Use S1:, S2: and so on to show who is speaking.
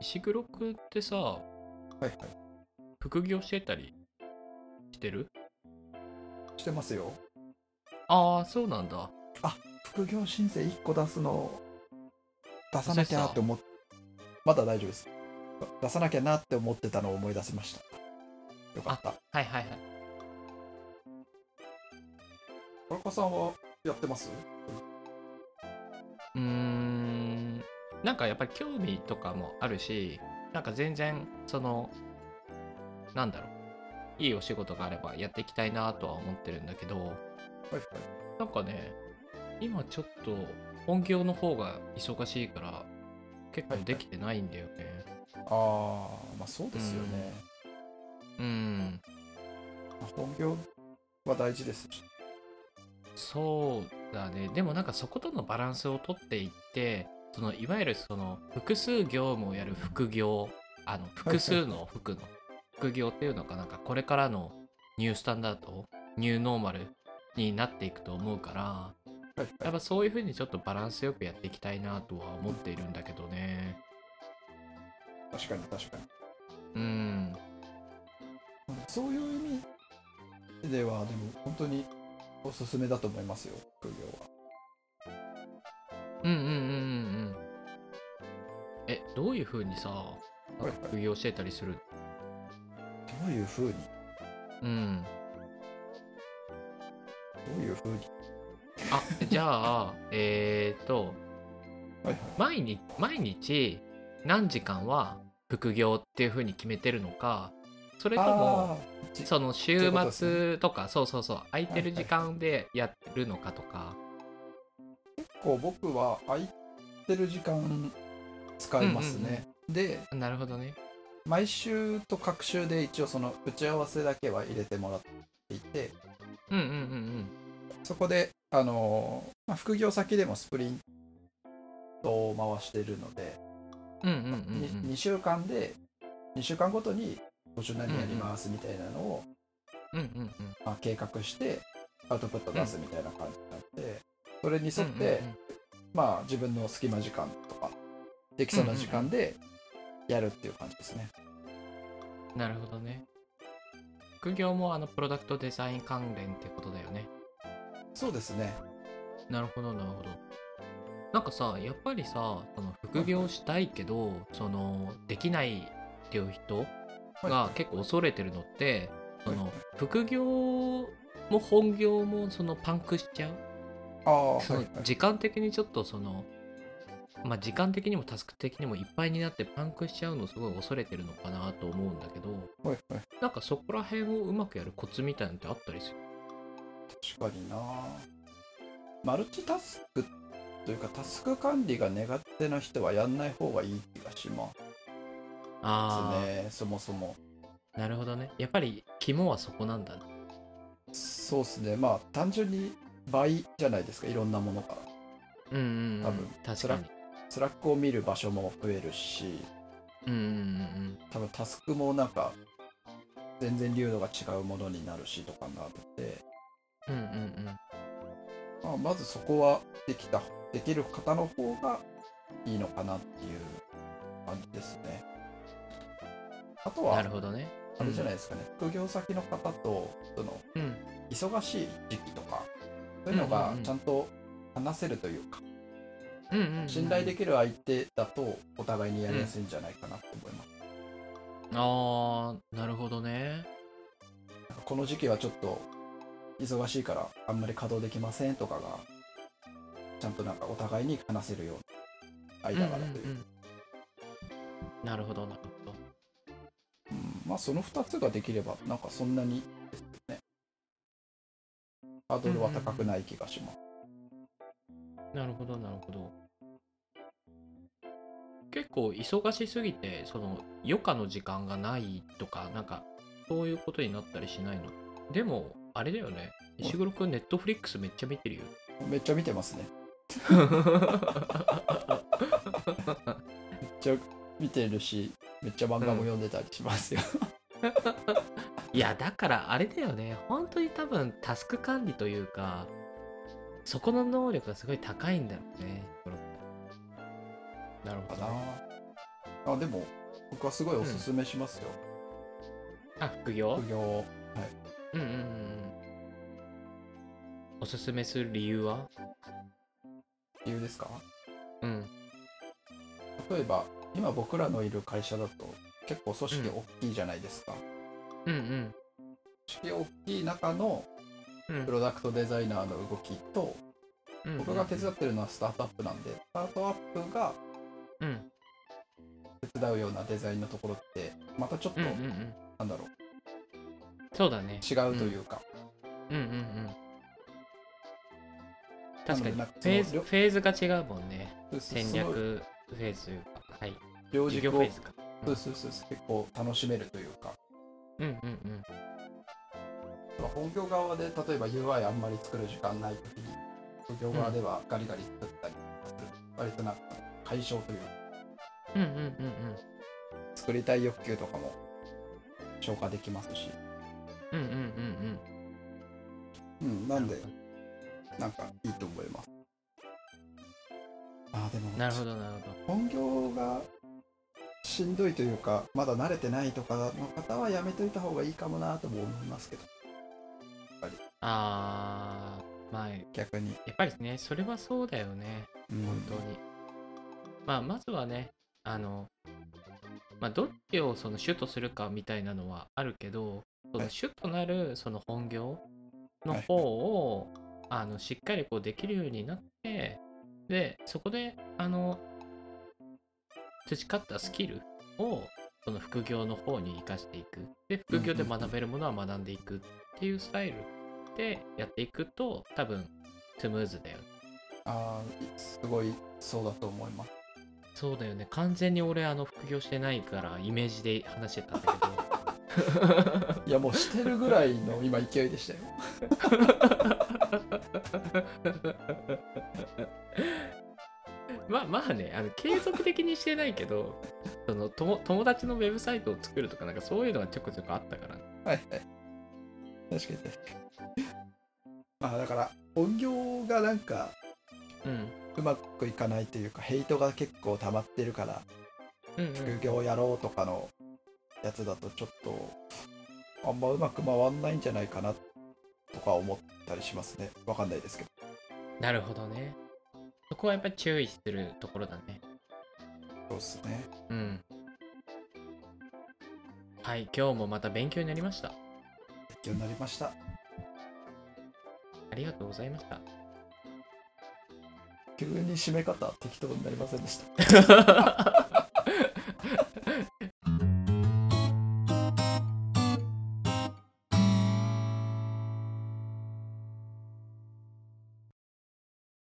S1: 石黒くんってさ、
S2: はいはい。
S1: 副業してたりしてる
S2: してますよ。
S1: ああ、そうなんだ。
S2: 副業申請1個出すの、出さなきゃって思っまだ大丈夫です。出さなきゃなって思ってたのを思い出しました。よかった。
S1: はいはいはい。
S2: 田中さんはやってます
S1: うーん、なんかやっぱり興味とかもあるし、なんか全然、その、なんだろう、いいお仕事があればやっていきたいなとは思ってるんだけど、
S2: はいはい。
S1: なんかね、今ちょっと本業の方が忙しいから、結構できてないんだよね。
S2: ああ、まあそうですよね。
S1: うん、
S2: まあ本業は大事ですし。
S1: そうだね。でもなんかそことのバランスをとっていって、そのいわゆるその複数業務をやる副業、あの複数の副の副業っていうのかなんかこれからのニュースタンダード、ニューノーマルになっていくと思うから、
S2: はい
S1: やっぱそういうふうにちょっとバランスよくやっていきたいなとは思っているんだけどね。
S2: 確かに確かに。
S1: うん、
S2: そういう意味では、でも本当におすすめだと思いますよ、副業は。
S1: うんうんうんうんうん。え、どういうふうにさ、なんか副業してたりする
S2: どういうふうに、ど
S1: うん。
S2: ういうふうに。
S1: あじゃあえーと
S2: はいはい。
S1: 毎日毎日何時間は副業っていう風に決めてるのかそれとも
S2: あー
S1: その週
S2: そういうことです
S1: 末とかそうそうそう空いてる時間でやるのかとか
S2: こう僕は空いてる時間使いますね、で
S1: なるほどね
S2: 毎週と隔週で一応その打ち合わせだけは入れてもらっていて
S1: うんうんうん
S2: そこであのーまあ、副業先でもスプリントを回してるので、
S1: うんうんうんうん
S2: に
S1: うん
S2: 2, 週間で2週間ごとに今週何やりますみたいなのを、
S1: うんうんうん
S2: まあ、計画してアウトプット出すみたいな感じになってそれに沿って、
S1: うんうん
S2: まあ自分の隙間時間とかできそうな時間でやるっていう感じですね。
S1: うんなるほどね副業もあのプロダクトデザイン関連ってことだよね
S2: そうですね。
S1: なるほどなるほど。なんかさやっぱりさその副業したいけどそのできないっていう人が結構恐れてるのってその副業も本業もそのパンクしちゃう
S2: ああ、はい
S1: そ
S2: は
S1: の
S2: い。
S1: 時間的にちょっとそのまあ時間的にもタスク的にもいっぱいになってパンクしちゃうのをすごい恐れてるのかなと思うんだけど
S2: はいはい。
S1: なんかそこら辺をうまくやるコツみたいなのってあったりする
S2: 確かにな。マルチタスクというかタスク管理が苦手な人はやんない方がいい気がしま
S1: あ
S2: すね。そもそも。
S1: あなるほどねやっぱり肝はそこなんだね
S2: そうですね。まあ単純に倍じゃないですか。いろんなものから。
S1: うんうん、うん、
S2: 多分
S1: 確かに
S2: スラックを見る場所も増えるし、
S1: うんうんうん
S2: 多分タスクもなんか全然流度が違うものになるしとかがあって。
S1: うんうんうんうん
S2: まあ、まずそこはできたできる方の方がいいのかなっていう感じですね。あとは
S1: な
S2: あ
S1: るほどね
S2: れじゃないですかね、副業先の方とその
S1: うん
S2: 忙しい時期とかそういうの
S1: うん
S2: が
S1: うんうん
S2: ちゃんと話せるというか、
S1: うんうんうん
S2: 信頼できる相手だとお互いにやりやすいんじゃないかなと思います。
S1: ああなるほどね
S2: なんかこの時期はちょっと忙しいからあんまり稼働できませんとかがちゃんとなんかお互いに話せるような間柄という
S1: う
S2: か
S1: んうんうんなるほどなるほど
S2: うんまあその2つができればなんかそんなにですよねハードルは高くない気がします、
S1: なるほどなるほど結構忙しすぎてその余暇の時間がないとかなんかそういうことになったりしないのでもあれだよね石黒くんネットフリックスめっちゃ見てるよ
S2: めっちゃ見てますねめっちゃ見てるしめっちゃ漫画も読んでたりしますよ、
S1: いやだからあれだよね本当に多分タスク管理というかそこの能力がすごい高いんだろうねなるほど
S2: かな
S1: ね
S2: あでも僕はすごいおすすめしますよ、
S1: あ副業
S2: 副業
S1: うんうんうんうんおすすめする理由は
S2: 理由ですか
S1: うん
S2: 例えば今僕らのいる会社だと結構組織大きいじゃないですか、
S1: うんうん
S2: 組織大きい中の
S1: うん
S2: プロダクトデザイナーの動きと
S1: うんうん
S2: 僕が手伝ってるのはスタートアップなんでスタートアップが
S1: うん
S2: 手伝うようなデザインのところってまたちょっと
S1: うんうんう
S2: なんんだろう
S1: そうだね
S2: 違うというか
S1: うんうんうん確かにフ
S2: なんかその
S1: ェーズ
S2: 両
S1: フェーズが違うもんね
S2: そ
S1: 戦
S2: の
S1: 略フェーズというかはい
S2: 両
S1: 事業
S2: 軸
S1: フ
S2: を
S1: ェーズか
S2: そうそうそうそう結構楽しめるというか
S1: うんうんうん
S2: まあ本業側で例えば UI あんまり作る時間ない時に本業側ではガリガリ作ったりする、割となんか解消というか
S1: うんうんうんうん
S2: 作りたい欲求とかも消化できますし、
S1: うんうんうん
S2: うん、
S1: う
S2: なんんでなんかいいと思いますあーでも
S1: なるほどなるほど
S2: 本業がしんどいというかまだ慣れてないとかの方はやめといた方がいいかもなとも思いますけど
S1: あーまあや
S2: 逆に、
S1: っぱりねそれはそうだよね
S2: うん
S1: 本当に、まあまずはねあのまあどっちをその主とするかみたいなのはあるけどそ
S2: は
S1: の
S2: い
S1: 主となるその本業の方を、あのしっかりこうできるようになってでそこであの培ったスキルをその副業の方に生かしていくで副業で学べるものは学んでいくっていうスタイルでやっていくと多分スムーズだよね
S2: あーすごいそうだと思います
S1: そうだよね完全に俺あの副業してないからイメージで話してたんだ
S2: いやもうしてるぐらいの今勢いでしたよ
S1: けどまあまあねあの継続的にしてないけどそのとも友達のウェブサイトを作るとかなんかそういうのはちょこちょこあったから、
S2: はいはい。確かに確かに。まあだから、本業がなんか
S1: うん、
S2: うまくいかないというか、ヘイトが結構溜まってるから、
S1: うんうん
S2: 副業やろうとかのやつだとちょっと、あんまうまく回んないんじゃないかなとか思ったりしますね。わかんないですけど。
S1: なるほどねそこはやっぱり注意するところだね
S2: そうっすね。
S1: うんはい今日もまた勉強になりました
S2: 勉強になりました。
S1: ありがとうございました
S2: 急に締め方適当になりませんでした。